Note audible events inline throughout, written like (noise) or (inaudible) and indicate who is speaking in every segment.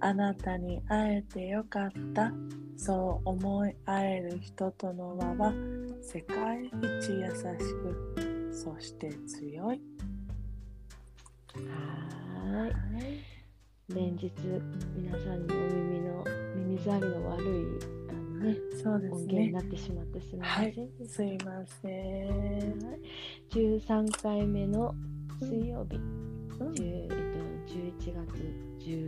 Speaker 1: あなたに会えてよかったそう思い合える人との輪は世界一優しくそして強い
Speaker 2: はーい。連日皆さんのお耳の耳障りの悪いあの、ね、
Speaker 1: そうで
Speaker 2: 音
Speaker 1: す
Speaker 2: 源に
Speaker 1: ね
Speaker 2: なってしまってすみませんでし
Speaker 1: すいません、
Speaker 2: た。はい13回目の水曜日、
Speaker 1: うん
Speaker 2: 10えっと11月17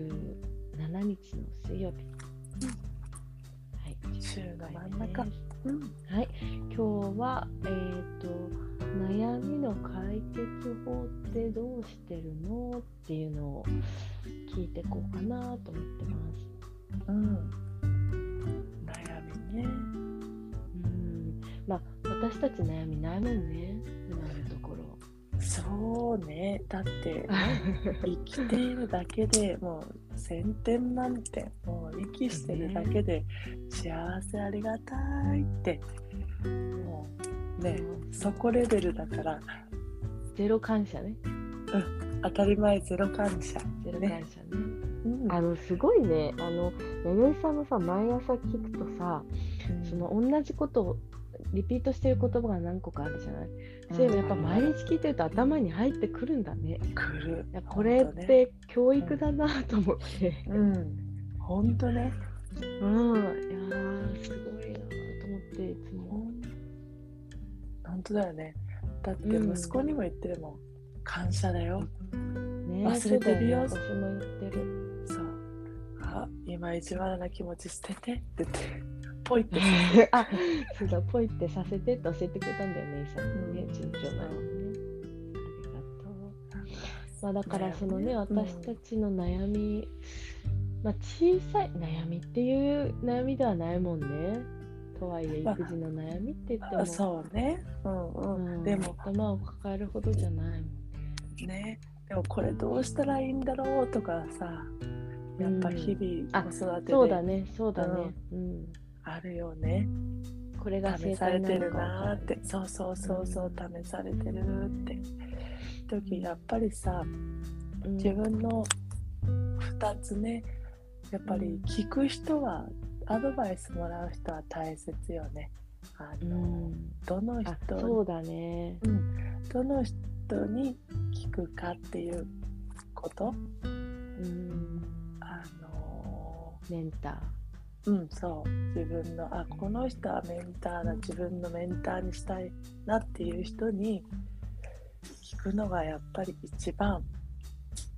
Speaker 2: 日の水曜日。はい。
Speaker 1: 週
Speaker 2: 13
Speaker 1: の
Speaker 2: 回
Speaker 1: 真
Speaker 2: 目
Speaker 1: ん中
Speaker 2: です
Speaker 1: うん
Speaker 2: はい、今日は、えー、と悩みの解決法ってどうしてるのっていうのを聞いてこうかなと思ってます。
Speaker 1: うん悩みね
Speaker 2: うんまあ、私たち悩みないもんね今のところ。
Speaker 1: そうねだ (laughs) って生きているだけでもう千点満点もう息してるだけで幸せありがたいってもうねそこレベルだから
Speaker 2: ゼロ感謝ね。
Speaker 1: 当たり前ゼロ感謝
Speaker 2: ゼロ感謝
Speaker 1: ね、
Speaker 2: ね。
Speaker 1: うん
Speaker 2: あのすごいねあの弥生さんのさ毎朝聞くとさその同じことをリピートしてる言葉が何個かあるじゃない。そういえばやっぱ毎日聞いてると頭に入ってくるんだね。
Speaker 1: 来る
Speaker 2: いやこれ
Speaker 1: 本
Speaker 2: っ
Speaker 1: 当ね
Speaker 2: て教育だなと思って。
Speaker 1: うん本当ね
Speaker 2: うん。いやーすごいなと思っていつ
Speaker 1: ほ
Speaker 2: も。
Speaker 1: ん本当だよねだって
Speaker 2: うん
Speaker 1: 息子にも言ってるもん感謝だよ
Speaker 2: ね
Speaker 1: 忘れてるよ
Speaker 2: そうだね私も言っ
Speaker 1: (laughs)
Speaker 2: てる。
Speaker 1: そうあ今意地悪な気持ち捨ててって言ってポイって
Speaker 2: あそうだポイってさせてって教えてくれたんだよねイさんね
Speaker 1: うん
Speaker 2: 順調なのね。ありがとう。まあ、だから
Speaker 1: 悩み
Speaker 2: そのね私たちの悩み、まあ、小さい悩みっていう悩みではないもんね。とはいえ
Speaker 1: まあ
Speaker 2: 育児の悩みって言って
Speaker 1: あ
Speaker 2: も。
Speaker 1: そうねうんうん、
Speaker 2: うん
Speaker 1: でも
Speaker 2: 頭を抱えるほどじゃないもん
Speaker 1: ねでもこれどうしたらいいんだろうとかさやっぱ日々
Speaker 2: あ
Speaker 1: 子育て
Speaker 2: そう
Speaker 1: で
Speaker 2: だねそうだね、うん
Speaker 1: あるよね、
Speaker 2: これが正
Speaker 1: 試され
Speaker 2: 解な
Speaker 1: て
Speaker 2: の
Speaker 1: る
Speaker 2: かわ
Speaker 1: なー
Speaker 2: か
Speaker 1: っ
Speaker 2: ん
Speaker 1: てそうそうそうそう試されてるって時やっぱりさ
Speaker 2: うん
Speaker 1: 自分の2つねやっぱり聞く人はアドバイスもらう人は大切よねあ
Speaker 2: う
Speaker 1: の、
Speaker 2: ん
Speaker 1: どの
Speaker 2: あ
Speaker 1: 人
Speaker 2: そうだね
Speaker 1: どの人に聞くかっていうこと
Speaker 2: うん
Speaker 1: あの
Speaker 2: メンター
Speaker 1: うんそう自分のあこの人はメンターだ自分のメンターにしたいなっていう人に聞くのがやっぱり一番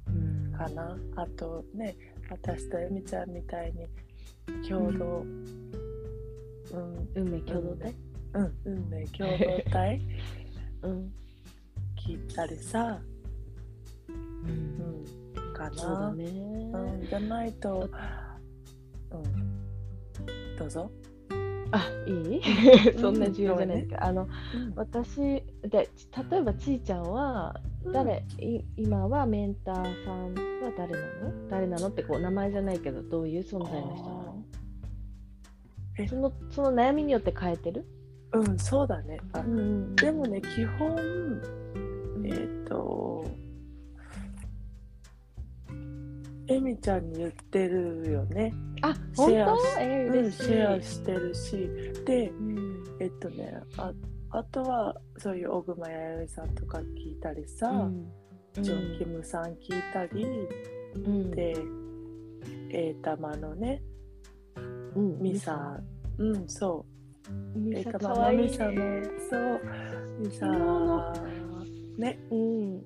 Speaker 2: うん
Speaker 1: かなあとね私とえみちゃんみたいに共同、うん
Speaker 2: 運命共同体
Speaker 1: うん、運命共同
Speaker 2: (laughs)
Speaker 1: 体
Speaker 2: うん、
Speaker 1: 聞いたりさ、うん、かな
Speaker 2: そうだね、
Speaker 1: うん、じゃないと、うん、どうぞ。
Speaker 2: あいい (laughs) そんな重要じゃないですか、あの私で例えばちいちゃんは誰、い今はメンターさんは誰なの誰なのってこう名前じゃないけどどういう存在の人なの
Speaker 1: あーえ
Speaker 2: そのその悩みによって変えてる、
Speaker 1: うん、そうだね。あ
Speaker 2: ん
Speaker 1: でもね、基本、えっ、と、えみちゃんに言ってるよね。
Speaker 2: あ
Speaker 1: シ
Speaker 2: 本
Speaker 1: ェア
Speaker 2: 当えー、
Speaker 1: うん、
Speaker 2: 嬉
Speaker 1: シ
Speaker 2: しい、
Speaker 1: ェアしてるし、で、
Speaker 2: うん
Speaker 1: えっ、とね、ああとは、そういう小熊弥生さんとか聞いたりさ、
Speaker 2: うん
Speaker 1: ジョン・キムさん聞いたり、
Speaker 2: うん
Speaker 1: で、えー、たまのね、
Speaker 2: うん
Speaker 1: ミサ、うん、そう。え
Speaker 2: ミ
Speaker 1: っ
Speaker 2: サ
Speaker 1: と、
Speaker 2: か
Speaker 1: まあ、
Speaker 2: わいい
Speaker 1: ミサの、そう、ミサ、ね、
Speaker 2: うんうん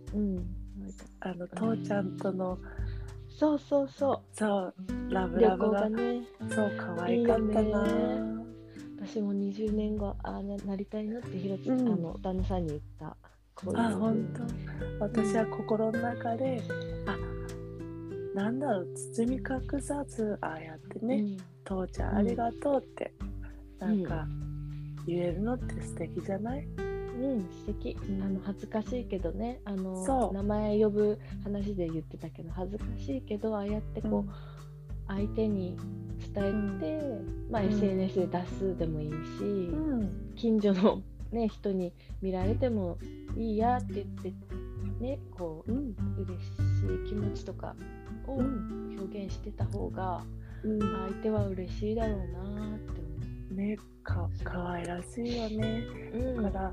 Speaker 1: あの、父ちゃんとの、
Speaker 2: そうそうそ
Speaker 1: そう、ラブ
Speaker 2: う旅
Speaker 1: ラ
Speaker 2: 行
Speaker 1: ブが
Speaker 2: が、ね
Speaker 1: そう、可愛かった
Speaker 2: いいよ
Speaker 1: な。
Speaker 2: 私も20年後ああななりたいなってひろつ、
Speaker 1: うん
Speaker 2: あの旦那さんに言ったこういう
Speaker 1: あ、本当。私は心の中で、あ、なんだろう、包み隠さず、ああやって
Speaker 2: う
Speaker 1: ね、
Speaker 2: ん
Speaker 1: 父ちゃんありがとうって、なんか、言えるのって素敵じゃない
Speaker 2: うん、素敵、
Speaker 1: ん
Speaker 2: あの恥ずかしいけどねあ
Speaker 1: そ
Speaker 2: の
Speaker 1: う
Speaker 2: 名前呼ぶ話で言ってたけど恥ずかしいけどああやってこう、
Speaker 1: うん
Speaker 2: 相手に伝えて、まあ、
Speaker 1: うん
Speaker 2: SNS で出すでもいいし、
Speaker 1: うん、
Speaker 2: 近所の、ね、人に見られてもいいやって言って、ね、こ
Speaker 1: うん、
Speaker 2: う嬉しい気持ちとかを
Speaker 1: うん
Speaker 2: 表現してた方が
Speaker 1: うん
Speaker 2: 相手は嬉しいだろうなーって
Speaker 1: ねか可愛らしいよね、
Speaker 2: 思う。
Speaker 1: だから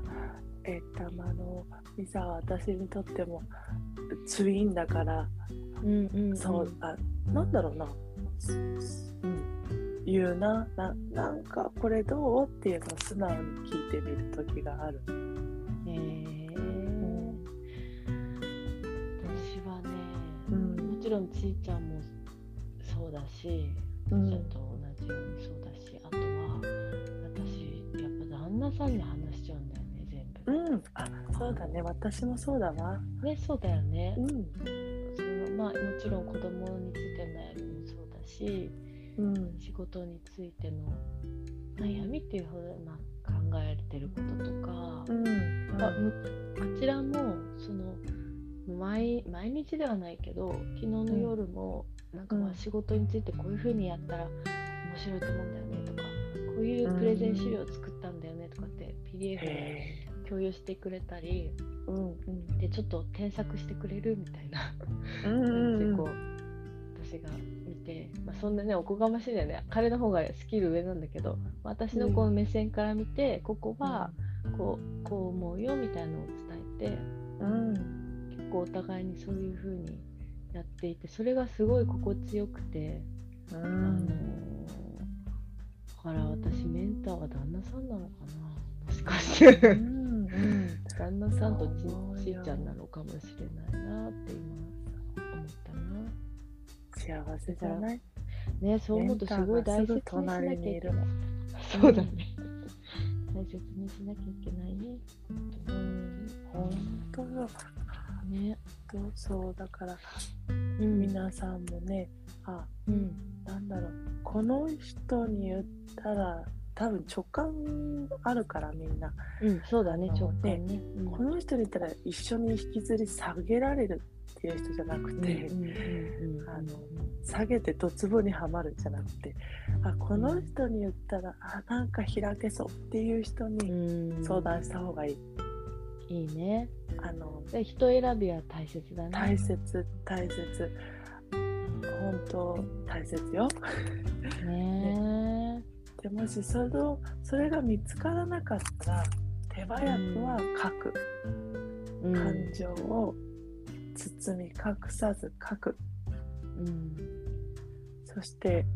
Speaker 1: えっとまのミサは私にとってもツインだから、
Speaker 2: うんうんうん、
Speaker 1: そうあなんだろうな、うん、言うなななんかこれどうっていうのを素直に聞いてみる時がある
Speaker 2: へえ私はね、
Speaker 1: うん
Speaker 2: もちろんちいちゃんもそうだし、
Speaker 1: うん
Speaker 2: ちゃんと同じようにそうだし、あとは私、やっぱ旦那さんに話しちゃうんだよね、全部。
Speaker 1: うんあそうだね私もそうだわ
Speaker 2: ね、そうだよね
Speaker 1: う。ん
Speaker 2: そのまあ、もちろん子供についての悩みもそうだし、
Speaker 1: うん
Speaker 2: 仕事についての悩みっていうふうな考えてることとか、
Speaker 1: うん
Speaker 2: あむこちらもその毎毎日ではないけど昨日の夜も、なんかま
Speaker 1: うん
Speaker 2: あ仕事についてこういうふうにやったら面白いと思うんだよねとかこういうプレゼン資料を作ったんだよねとかって PDF で
Speaker 1: へえ
Speaker 2: 共有してくれたり
Speaker 1: うんうん
Speaker 2: でちょっと添削してくれるみたいな
Speaker 1: うん
Speaker 2: 感じ
Speaker 1: う
Speaker 2: で
Speaker 1: ん
Speaker 2: こう私が見て、まあ、そんなねおこがましいんだよね彼の方がスキル上なんだけどまあ私のこ
Speaker 1: う
Speaker 2: う目線から見てここはこうこう思うよみたいなのを伝えて。
Speaker 1: うん
Speaker 2: 結構お互いにそういう風にやっていてそれがすごい心地よくて、
Speaker 1: う
Speaker 2: あのー
Speaker 1: ん
Speaker 2: だから私メンターは旦那さんなのかなもしかして
Speaker 1: (laughs) うんうん
Speaker 2: 旦那さんとち
Speaker 1: そうよ
Speaker 2: ちいちゃんなのかもしれないなって今思ったな。
Speaker 1: 幸せじゃない
Speaker 2: ねそう思うとすごい大切
Speaker 1: メ
Speaker 2: に
Speaker 1: ン
Speaker 2: し
Speaker 1: ターが
Speaker 2: な
Speaker 1: すぐ隣
Speaker 2: きゃ
Speaker 1: にい
Speaker 2: いけ
Speaker 1: る
Speaker 2: な
Speaker 1: の
Speaker 2: い。そうだね。大切にしなきゃいけないね。
Speaker 1: うん本当よ
Speaker 2: ね。
Speaker 1: 本当そうだから
Speaker 2: う
Speaker 1: 皆さんもねあ
Speaker 2: うん。
Speaker 1: なんだろうこの人に言ったら多分直感あるからみんな
Speaker 2: うん、そうだね、
Speaker 1: あの
Speaker 2: 直感ね。うん
Speaker 1: この人に言ったら一緒に引きずり下げられるっていう人じゃなくて、
Speaker 2: うんうんうん
Speaker 1: あの下げてドツボにはまるんじゃなくてあこの人に言ったらあなんか開けそうっていう人に
Speaker 2: うん
Speaker 1: 相談した方がいい。
Speaker 2: いいね
Speaker 1: あの
Speaker 2: で人選びは大切だね
Speaker 1: 大切大切本当大切よ。
Speaker 2: ね
Speaker 1: でもしそれをそれが見つからなかったら手早くは書く、
Speaker 2: うん
Speaker 1: 感情を包み隠さず書く
Speaker 2: うん
Speaker 1: そして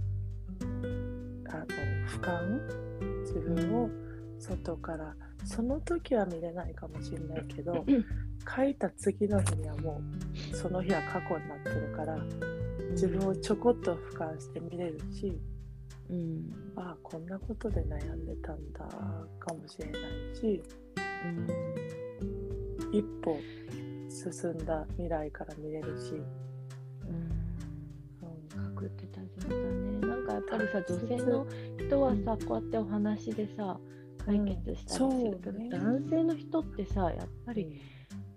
Speaker 1: あの俯瞰自分を外からその時は見れないかもしれないけど
Speaker 2: うん
Speaker 1: 書いた次の日にはもうその日は過去になってるから自分をちょこっと俯瞰して見れるし
Speaker 2: うん
Speaker 1: ああこんなことで悩んでたんだかもしれないし
Speaker 2: うん
Speaker 1: 一歩進んだ未来から見れるし、
Speaker 2: うん書くって大切だねなんかやっぱりさ女性の人はさこうやってお話でさ解決したりするけど、
Speaker 1: うんそうね
Speaker 2: 男性の人ってさやっぱり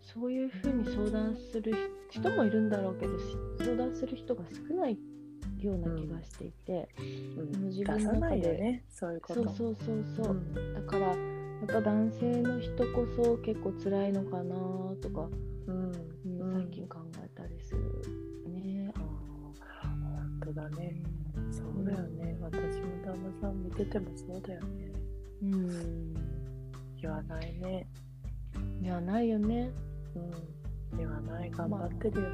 Speaker 2: そういうふうに相談する人もいるんだろうけどし相談する人が少ないような気がしていて、
Speaker 1: うん、
Speaker 2: 自
Speaker 1: 出
Speaker 2: 分
Speaker 1: さ
Speaker 2: の中で
Speaker 1: ないよねそういうこ
Speaker 2: そ
Speaker 1: と
Speaker 2: うそうそうそう、
Speaker 1: ん
Speaker 2: だからやっぱ男性の人こそ結構辛いのかなとか、
Speaker 1: うん
Speaker 2: うん
Speaker 1: うん
Speaker 2: 最近考えたりするね
Speaker 1: あ。ー本当だねそうだよね私も旦那さん見ててもそうだよね
Speaker 2: うん。
Speaker 1: 言わないね
Speaker 2: じゃないよね。
Speaker 1: うん言わない頑張ってるよ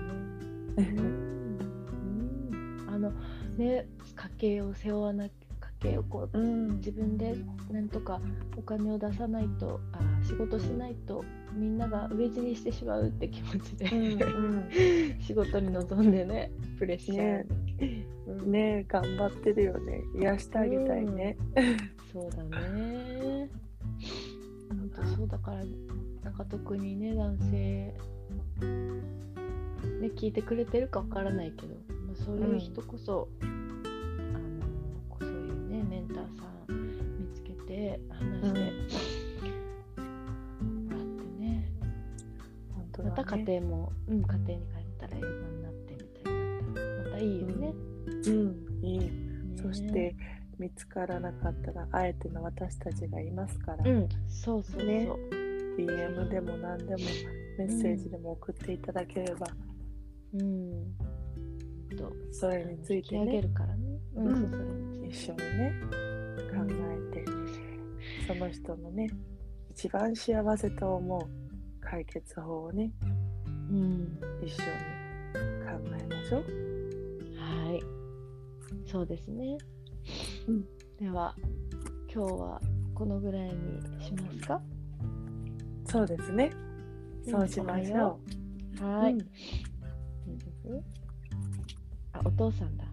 Speaker 2: う
Speaker 1: ね、
Speaker 2: ん。あのね家計を背負わなきゃ家計をこう
Speaker 1: うん
Speaker 2: 自分でなんとかお金を出さないとあー仕事しないとみんなが飢え死にしてしまうって気持ちで、
Speaker 1: うん
Speaker 2: (laughs) 仕事に臨んでねプレッシャーに。 (laughs)
Speaker 1: うん、ねえ頑張ってるよね癒してあげたいね、
Speaker 2: そうだね。本当そうだから、なんか特にね、男性、ね、聞いてくれてるかわからないけど、まあ、そういう人こそ、あのこうそういうね、メンターさん見つけて、話して、もらってね、
Speaker 1: 本当だ
Speaker 2: ま
Speaker 1: ね
Speaker 2: た家庭も、うん、家庭に帰ったら映画になってみたいな、またいいよね。
Speaker 1: うんいい
Speaker 2: ね
Speaker 1: そして、見つからなかったらあえての私たちがいますから、
Speaker 2: うん、そうそうそう。
Speaker 1: ね DM でも何でもメッセージでも送っていただければ、
Speaker 2: うん。本っと
Speaker 1: それについて
Speaker 2: 引き上げ
Speaker 1: ね
Speaker 2: るからね。うん、
Speaker 1: うん
Speaker 2: そうそれについ
Speaker 1: 一緒にね考えてその人のね一番幸せと思う解決法をね
Speaker 2: て。うん。
Speaker 1: 一緒に考えましょう
Speaker 2: はい。そうですね。
Speaker 1: うん
Speaker 2: では、今日はこのぐらいにしますか
Speaker 1: そうですねそうしましょ
Speaker 2: う。
Speaker 1: う、
Speaker 2: はい。
Speaker 1: うん
Speaker 2: いいですあ、お父さ
Speaker 1: (laughs)
Speaker 2: んだ。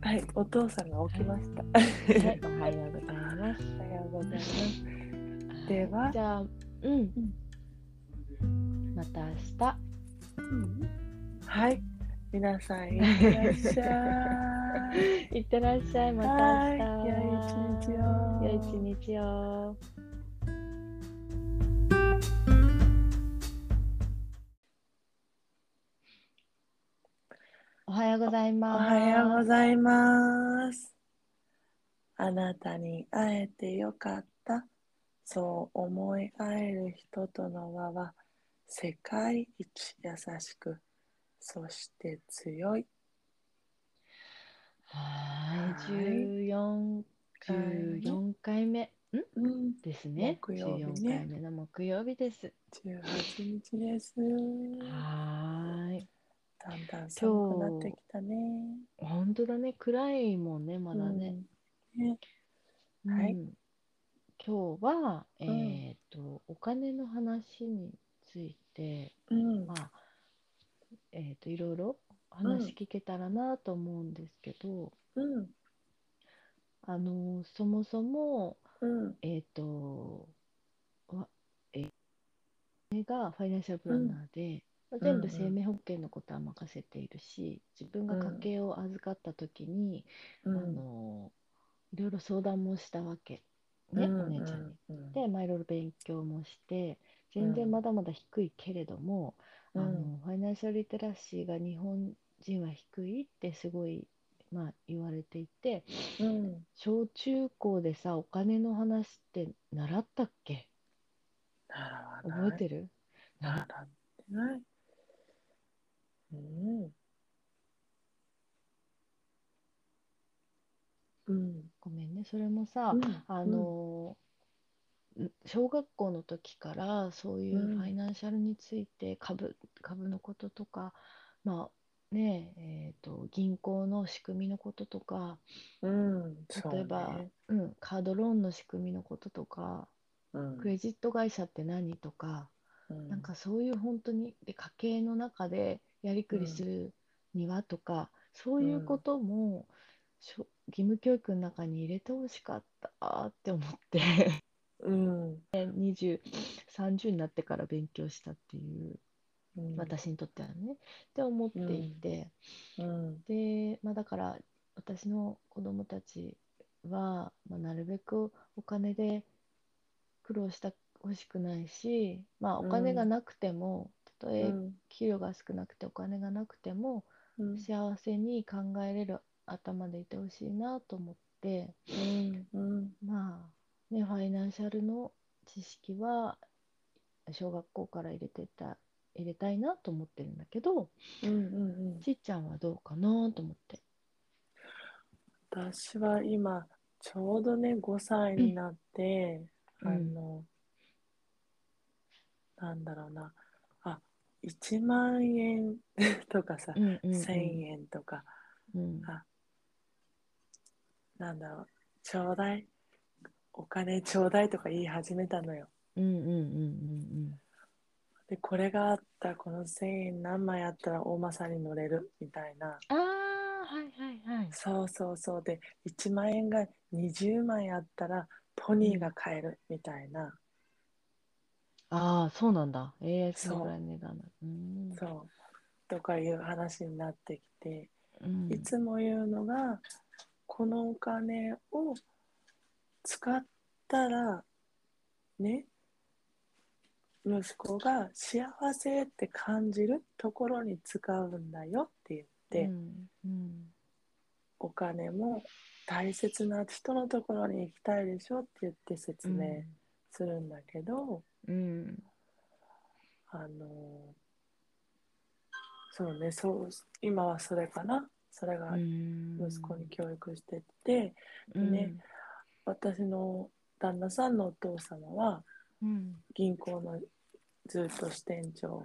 Speaker 1: はいお父さんが起きました、
Speaker 2: はい、おはようございます。
Speaker 1: おはようございますではい
Speaker 2: じゃあ、うん
Speaker 1: ん。
Speaker 2: また明日。
Speaker 1: はい皆さんいってらっしゃ
Speaker 2: (laughs)
Speaker 1: い
Speaker 2: いってらっしゃい。また
Speaker 1: はい
Speaker 2: 明日。
Speaker 1: 良い一日を
Speaker 2: 良い一日を。おはようござい
Speaker 1: お
Speaker 2: ます。
Speaker 1: はようございます。あなたに会えてよかった。そう思い合える人との輪は世界一優しく、そして強い。
Speaker 2: はい、十四
Speaker 1: はい
Speaker 2: 十四回目ん
Speaker 1: うん、
Speaker 2: ですね。
Speaker 1: 木
Speaker 2: 十
Speaker 1: 曜
Speaker 2: 四
Speaker 1: 日ね
Speaker 2: 回目の木曜日です。
Speaker 1: 18日です。
Speaker 2: はーい。
Speaker 1: だんだん寒くなってきたね。
Speaker 2: 本当だね。暗いもんね、まだね。
Speaker 1: うん。ねはい
Speaker 2: うん今日は、え
Speaker 1: ん
Speaker 2: ーっと、お金の話について、
Speaker 1: うん
Speaker 2: まあ、えーっと、いろいろ話聞けたらなと思うんですけど、
Speaker 1: うん
Speaker 2: あの、そもそも、
Speaker 1: うん
Speaker 2: えーっと、わえー、がファイナンシャルプランナーで、まあ
Speaker 1: う
Speaker 2: 全部
Speaker 1: んうん
Speaker 2: 生命保険のことは任せているし、自分が家計を預かった時に、
Speaker 1: う
Speaker 2: あ
Speaker 1: ん
Speaker 2: のいろいろ相談もしたわけ、ね
Speaker 1: うん
Speaker 2: お姉ちゃんに。
Speaker 1: うん
Speaker 2: で、まあ、いろいろ勉強もして全然まだまだ低いけれども、
Speaker 1: うん
Speaker 2: あのファイナンシャルリテラシーが日本人は低いってすごい、まあ、言われていて
Speaker 1: うん
Speaker 2: 小中高でさお金の話って習ったっけ
Speaker 1: なるほど
Speaker 2: 覚えてる
Speaker 1: 習ってない。うん。うん。
Speaker 2: ごめんねそれもさ、あのん小学校の時からそういううんファイナンシャルについて株株のこととか、まあねえーと銀行の仕組みのこととか
Speaker 1: うん、うん、
Speaker 2: 例えば
Speaker 1: そうね
Speaker 2: うん、カードローンの仕組みのこととか
Speaker 1: うん
Speaker 2: クレジット会社って何とか、
Speaker 1: うん
Speaker 2: なんかそういう本当にで家計の中でやりくりするにはとか、そういうことも、しょ義務教育の中に入れてほしかったって思って。 (laughs)
Speaker 1: うん、
Speaker 2: 2030になってから勉強したっていう
Speaker 1: うん、
Speaker 2: 私にとってはねって思っていて、
Speaker 1: うん、
Speaker 2: で、まあ、だから私の子供たちは、まあ、なるべくお金で苦労したほしくないし、まあ、お金がなくても、たと
Speaker 1: う
Speaker 2: え
Speaker 1: ん
Speaker 2: 給料が少なくてお金がなくて
Speaker 1: う
Speaker 2: も、
Speaker 1: ん
Speaker 2: 幸せに考えれる頭でいてほしいなと思って。
Speaker 1: うんうん
Speaker 2: まあね、ファイナンシャルの知識は小学校から入れてた入れたいなと思ってるんだけど
Speaker 1: うんうん
Speaker 2: ちいちゃんはどうかなと思って
Speaker 1: 私は今ちょうどね5歳になって、
Speaker 2: うん
Speaker 1: あのなんだろうなあ1万円とかさ、
Speaker 2: うんうんうん
Speaker 1: 1,000円とか
Speaker 2: うん
Speaker 1: なんだろう、ちょうだい、お金ちょうだいとか言い始めたのよ。
Speaker 2: うんうんうん
Speaker 1: で、これがあった、この1000円何枚あったら大間さんに乗れるみたいな。
Speaker 2: ああはいはいはい
Speaker 1: そうそうそう。で、1万円が20枚あったらポニーが買えるみたいな。
Speaker 2: ああそうなんだええ
Speaker 1: そう
Speaker 2: そのぐらいの値段だうん
Speaker 1: そう。とかいう話になってきて、
Speaker 2: うん
Speaker 1: いつも言うのが、このお金を使ったら、ね、息子が幸せって感じるところに使うんだよって言って、
Speaker 2: うんうん
Speaker 1: お金も大切な人のところに行きたいでしょって言って説明するんだけど、
Speaker 2: うん
Speaker 1: あのそうねそう今はそれかなそれが息
Speaker 2: 息
Speaker 1: 子に教育してって、ね私の旦那さんのお父様は
Speaker 2: うん
Speaker 1: 銀行のずっと支店長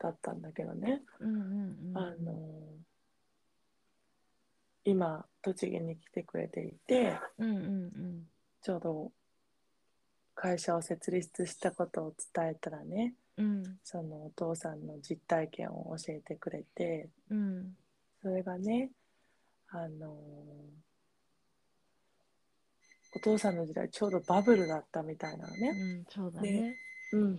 Speaker 1: だったんだけどね、
Speaker 2: うんうんうん
Speaker 1: あの今栃木に来てくれていて
Speaker 2: うんうん
Speaker 1: ちょうど会社を設立したことを伝えたらね
Speaker 2: うん
Speaker 1: そのお父さんの実体験を教えてくれて
Speaker 2: うん
Speaker 1: それがねあのお父さんの時代ちょうどバブルだったみたいなの
Speaker 2: う
Speaker 1: ね、
Speaker 2: んそうだね
Speaker 1: うん、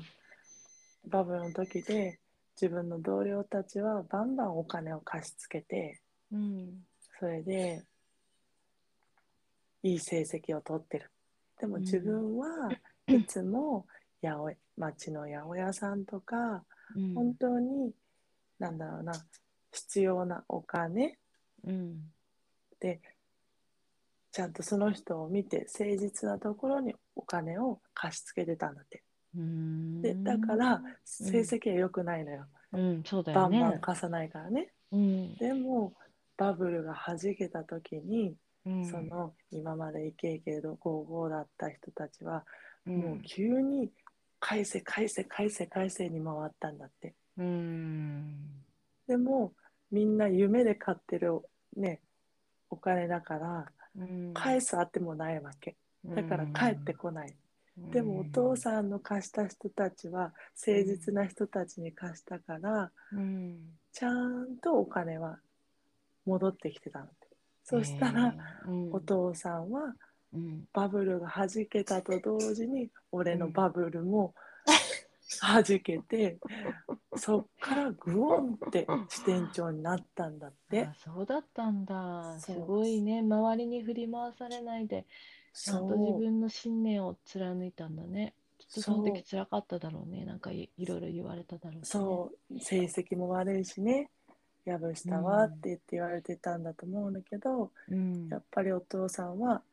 Speaker 1: バブルの時で自分の同僚たちはバンバンお金を貸し付けて
Speaker 2: うん
Speaker 1: それでいい成績を取ってるでも
Speaker 2: うん
Speaker 1: 自分はいつも八百屋町の八百屋さんとか
Speaker 2: うん
Speaker 1: 本当になんだろうな必要なお金
Speaker 2: うん
Speaker 1: でちゃんとその人を見て誠実なところにお金を貸し付けてたんだって
Speaker 2: うん
Speaker 1: でだから成績は良くないのよ、
Speaker 2: うんそうだ
Speaker 1: バ
Speaker 2: よ
Speaker 1: ンバン
Speaker 2: ね
Speaker 1: 貸さないからね
Speaker 2: うん
Speaker 1: でもバブルがはじけた時に、
Speaker 2: うん
Speaker 1: その今までイケイケどゴーゴーだった人たちは、
Speaker 2: うん
Speaker 1: もう急に返せ返せ返せ返せに回ったんだって
Speaker 2: うん
Speaker 1: でもみんな夢で買ってるねお金だから
Speaker 2: うん
Speaker 1: 返すあてもないわけだから返ってこない、でもお父さんの貸した人たちは誠実な人たちに貸したから
Speaker 2: うん
Speaker 1: ちゃんとお金は戻ってきてたのってそしたら、
Speaker 2: うん
Speaker 1: お父さんは
Speaker 2: うん
Speaker 1: バブルがはじけたと同時に俺のバブル
Speaker 2: (laughs)
Speaker 1: もはじけてそっからグオンって支店長になったんだって
Speaker 2: あそうだったんだ
Speaker 1: そ
Speaker 2: す
Speaker 1: う
Speaker 2: ごいね周りに振り回されないでちゃんと自
Speaker 1: そう
Speaker 2: 分の信念を貫いたんだねきっとその
Speaker 1: そう
Speaker 2: 時辛かっただろうねなんかいいろいろ言われただろうしね
Speaker 1: そう成績も悪いしねやぶしたわって言って言われてたんだと思うんだけど、
Speaker 2: うん
Speaker 1: やっぱりお父さんは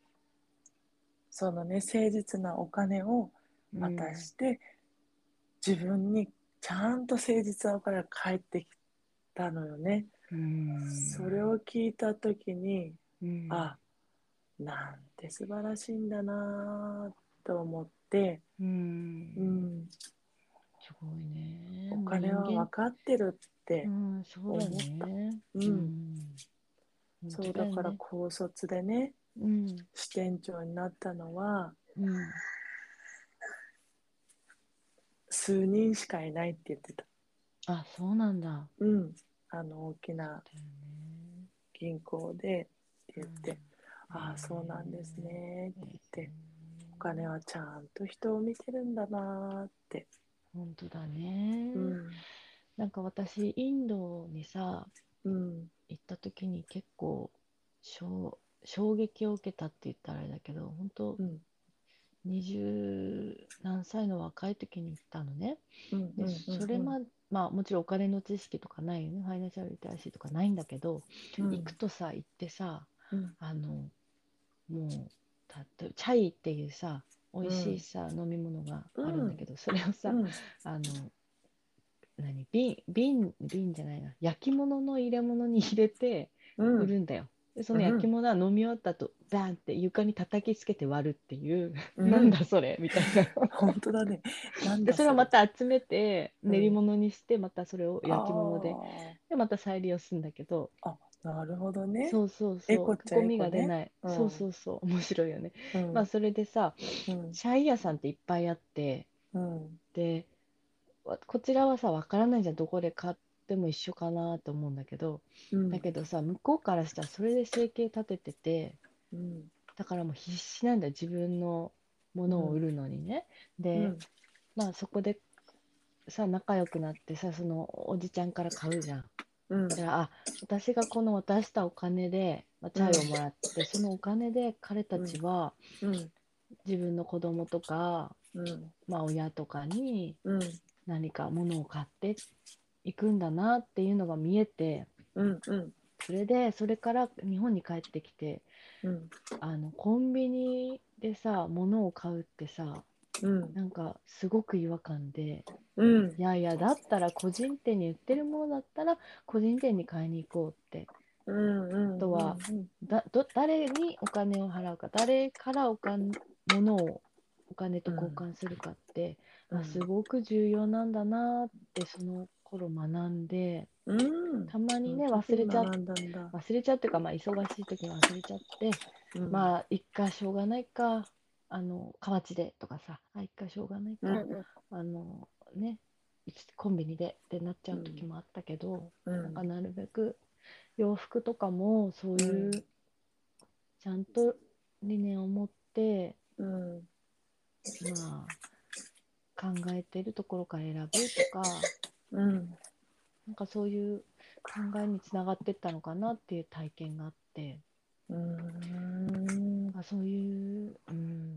Speaker 1: そのね誠実なお金を渡して、自分にちゃんと誠実なお金が返ってきたのよね、
Speaker 2: うん
Speaker 1: それを聞いた時に、
Speaker 2: うん
Speaker 1: あなんて素晴らしいんだなぁと思って、
Speaker 2: うん
Speaker 1: うん、
Speaker 2: すごいね
Speaker 1: お金は分かってるって、
Speaker 2: うんそうだね
Speaker 1: うん
Speaker 2: うん
Speaker 1: そう
Speaker 2: 本当
Speaker 1: だ
Speaker 2: よね
Speaker 1: から高卒でね
Speaker 2: うん
Speaker 1: 支店長になったのは
Speaker 2: うん
Speaker 1: 数人しかいないって言ってた。
Speaker 2: あそうなんだ
Speaker 1: うん、あの大きな
Speaker 2: だよね
Speaker 1: 銀行でって言って「
Speaker 2: うん
Speaker 1: ああそうなんですね」って言って
Speaker 2: う
Speaker 1: 「
Speaker 2: ん
Speaker 1: お金はちゃんと人を見てるんだな」って、
Speaker 2: 本当だね、
Speaker 1: うん
Speaker 2: なんか私インドにさ
Speaker 1: うん
Speaker 2: 行った時に結構衝衝撃を受けたって言ったらあれだけど本当
Speaker 1: うん
Speaker 2: 二十何歳の若い時に行ったのね
Speaker 1: うん
Speaker 2: でそれままあもちろんお金の知識とかないよねファイナンシャルリテラシーとかないんだけど、
Speaker 1: うん
Speaker 2: 行くとさ行ってさ
Speaker 1: うん
Speaker 2: あのもうたとチャイっていうさ美味しいさ、飲み物があるんだけど、それをさ、
Speaker 1: うん
Speaker 2: あの何瓶瓶瓶じゃないな焼き物の入れ物に入れて
Speaker 1: うん
Speaker 2: 売るんだよ、でその焼き物は飲み終わったとバーンって床に叩きつけて割るっていう、
Speaker 1: うん
Speaker 2: なんだそれみたい
Speaker 1: (laughs)
Speaker 2: な
Speaker 1: 本当だねなん
Speaker 2: で
Speaker 1: だ
Speaker 2: それをまた集めて
Speaker 1: うん
Speaker 2: 練り物にしてまたそれを
Speaker 1: それ
Speaker 2: 焼き物で、
Speaker 1: あ
Speaker 2: でまた再利用するんだけど
Speaker 1: ーなるほどね
Speaker 2: そうそう
Speaker 1: エ
Speaker 2: そ
Speaker 1: コ
Speaker 2: う
Speaker 1: っちゃ
Speaker 2: ゴミ
Speaker 1: エ
Speaker 2: が
Speaker 1: コね
Speaker 2: 出ない、
Speaker 1: うん
Speaker 2: そうそうそう面白いよね、
Speaker 1: うん
Speaker 2: まあそれでさ
Speaker 1: うん
Speaker 2: チャイ屋さんっていっぱいあって
Speaker 1: うん
Speaker 2: でわこちらはさわからないじゃんどこで買っても一緒かなと思うんだけど
Speaker 1: うん
Speaker 2: だけどさ向こうからしたらそれで生計立ててて
Speaker 1: うん
Speaker 2: だからもう必死なんだよ自分のものを売るのにね。で、
Speaker 1: うん
Speaker 2: まあそこでさ仲良くなってさそのおじちゃんから買うじゃん。
Speaker 1: うん
Speaker 2: だからあ私がこの渡したお金で、まあ、チャイをもらって、そのお金で彼たちは
Speaker 1: うん
Speaker 2: 自分の子供とか、
Speaker 1: うん
Speaker 2: まあ、親とかに
Speaker 1: うん
Speaker 2: 何か物を買っていくんだなっていうのが見えて
Speaker 1: うんうん
Speaker 2: それでそれから日本に帰ってきて
Speaker 1: うん
Speaker 2: あのコンビニでさ物を買うってさ
Speaker 1: うん
Speaker 2: なんかすごく違和感で
Speaker 1: うん
Speaker 2: いやいやだったら個人店に売ってるものだったら個人店に買いに行こうって
Speaker 1: うんうんうん
Speaker 2: とは
Speaker 1: うん
Speaker 2: だど誰にお金を払うか誰からお金物をお金と交換するかって、
Speaker 1: うん
Speaker 2: あすごく重要なんだなってその頃学んで
Speaker 1: うん
Speaker 2: たまにね
Speaker 1: うん
Speaker 2: 忘れちゃっ
Speaker 1: 学んだんだ
Speaker 2: 忘れちゃうっていうか、まあ、忙しい時に忘れちゃって、
Speaker 1: うん
Speaker 2: まあ一回しょうがないかあの河内でとかさあ一回しょうがないか、
Speaker 1: うん
Speaker 2: あのねコンビニでってなっちゃう時もあったけど。
Speaker 1: うん
Speaker 2: なんかなるべく洋服とかもそういう、
Speaker 1: うん
Speaker 2: ちゃんと理念を持って、
Speaker 1: うん
Speaker 2: まあ、考えてるところから選ぶとか
Speaker 1: うん
Speaker 2: なんかそういう考えにつながってったのかなっていう体験があって
Speaker 1: うん
Speaker 2: なんかそういう、うん、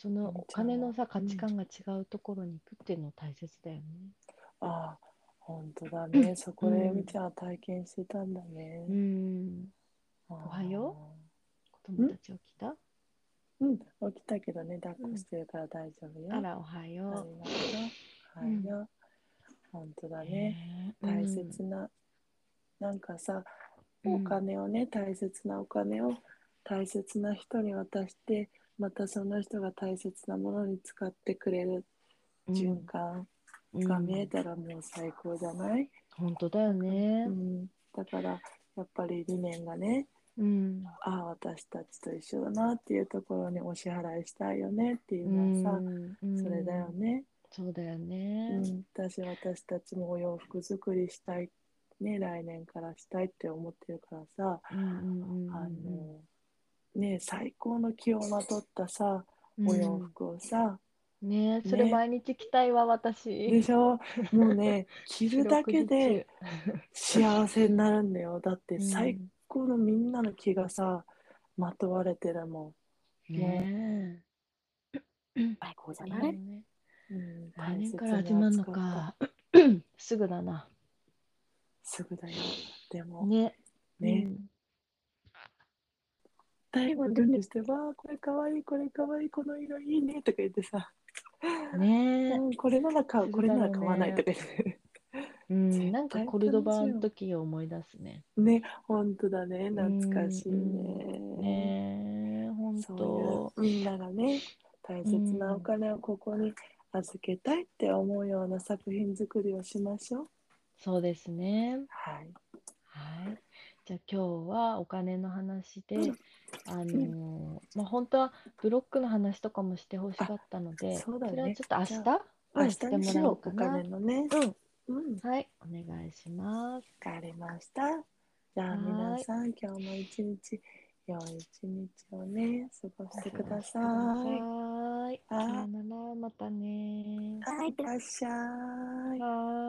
Speaker 2: そのお金のさ価値観が違うところに行くっていうの大切だよね。
Speaker 1: ああ本当だねそこで
Speaker 2: うん
Speaker 1: みちゃんは体験してたんだね
Speaker 2: うん、
Speaker 1: お
Speaker 2: はよ子供たち起きた
Speaker 1: うん起きたけどね抱っこしてるから大丈夫よ
Speaker 2: あらおは
Speaker 1: ありが
Speaker 2: よ
Speaker 1: と
Speaker 2: う。
Speaker 1: うはいよ本当だね
Speaker 2: ね
Speaker 1: 大切ななんかさ
Speaker 2: うん
Speaker 1: お金をね大切なお金を大切な人に渡してまたその人が大切なものに使ってくれる循環が見えたらもう最高じゃない、
Speaker 2: 本当だよね
Speaker 1: う。ん、だからやっぱり理念がね
Speaker 2: うん。
Speaker 1: ああ私たちと一緒だなっていうところにお支払いしたいよねっていううのはさ、
Speaker 2: ん
Speaker 1: それだよ。ね、
Speaker 2: そうだよ
Speaker 1: う
Speaker 2: ね。
Speaker 1: ん、私私たちもお洋服作りしたいね来年からしたいって思ってるからさ、
Speaker 2: うんうんうん。
Speaker 1: あのね最高の気をまとったさ
Speaker 2: うん
Speaker 1: お洋。服をさ、
Speaker 2: ね、それ
Speaker 1: ね
Speaker 2: 毎日着たいわ
Speaker 1: で
Speaker 2: 私。
Speaker 1: しょもうね
Speaker 2: (laughs)
Speaker 1: 着るだけで幸せになるんだよだって
Speaker 2: うん
Speaker 1: 最高のみんなの気がさまとわれてるもん。
Speaker 2: ね
Speaker 1: 最高じ
Speaker 2: え。いいよね
Speaker 1: うん
Speaker 2: 来年から始まるの。か。 (clears throat) すぐだな。
Speaker 1: すぐだよ。でも、
Speaker 2: ね。
Speaker 1: ね、
Speaker 2: うん。
Speaker 1: 最後に準備して、わあ、これかわいい、これかわいい、この色いいねとか言ってさ、
Speaker 2: ね
Speaker 1: うんこれなら買う、
Speaker 2: す
Speaker 1: これ
Speaker 2: ぐだろ
Speaker 1: な
Speaker 2: うね
Speaker 1: ら買わないとか言って。
Speaker 2: え。うん。なんかコルドバの時を思い出すね。
Speaker 1: ね、本当だね、懐かしいね。
Speaker 2: ねえ、本当。
Speaker 1: そういうみんながね、大切なお金をここに預けたいって思うような作品作りをしましょう。
Speaker 2: そうですね。
Speaker 1: はい。
Speaker 2: はい。じゃあ今日はお金の話で、
Speaker 1: うん
Speaker 2: あのーまあ本当はブロックの話とかもしてほしかったので、
Speaker 1: あそうだね
Speaker 2: れはちょっと明
Speaker 1: じゃ
Speaker 2: 日、
Speaker 1: 明日にしよう、
Speaker 2: て
Speaker 1: お
Speaker 2: もらおうかな
Speaker 1: 金。のね。
Speaker 2: うん。
Speaker 1: うん。
Speaker 2: はい、お願いします。
Speaker 1: わかりました。じゃあ
Speaker 2: はーい
Speaker 1: 皆さん今日も一日良い一日をね過ごしてください。
Speaker 2: はーい。さ
Speaker 1: はい
Speaker 2: よなら、またね。
Speaker 1: いってらっしゃい。
Speaker 2: はーい。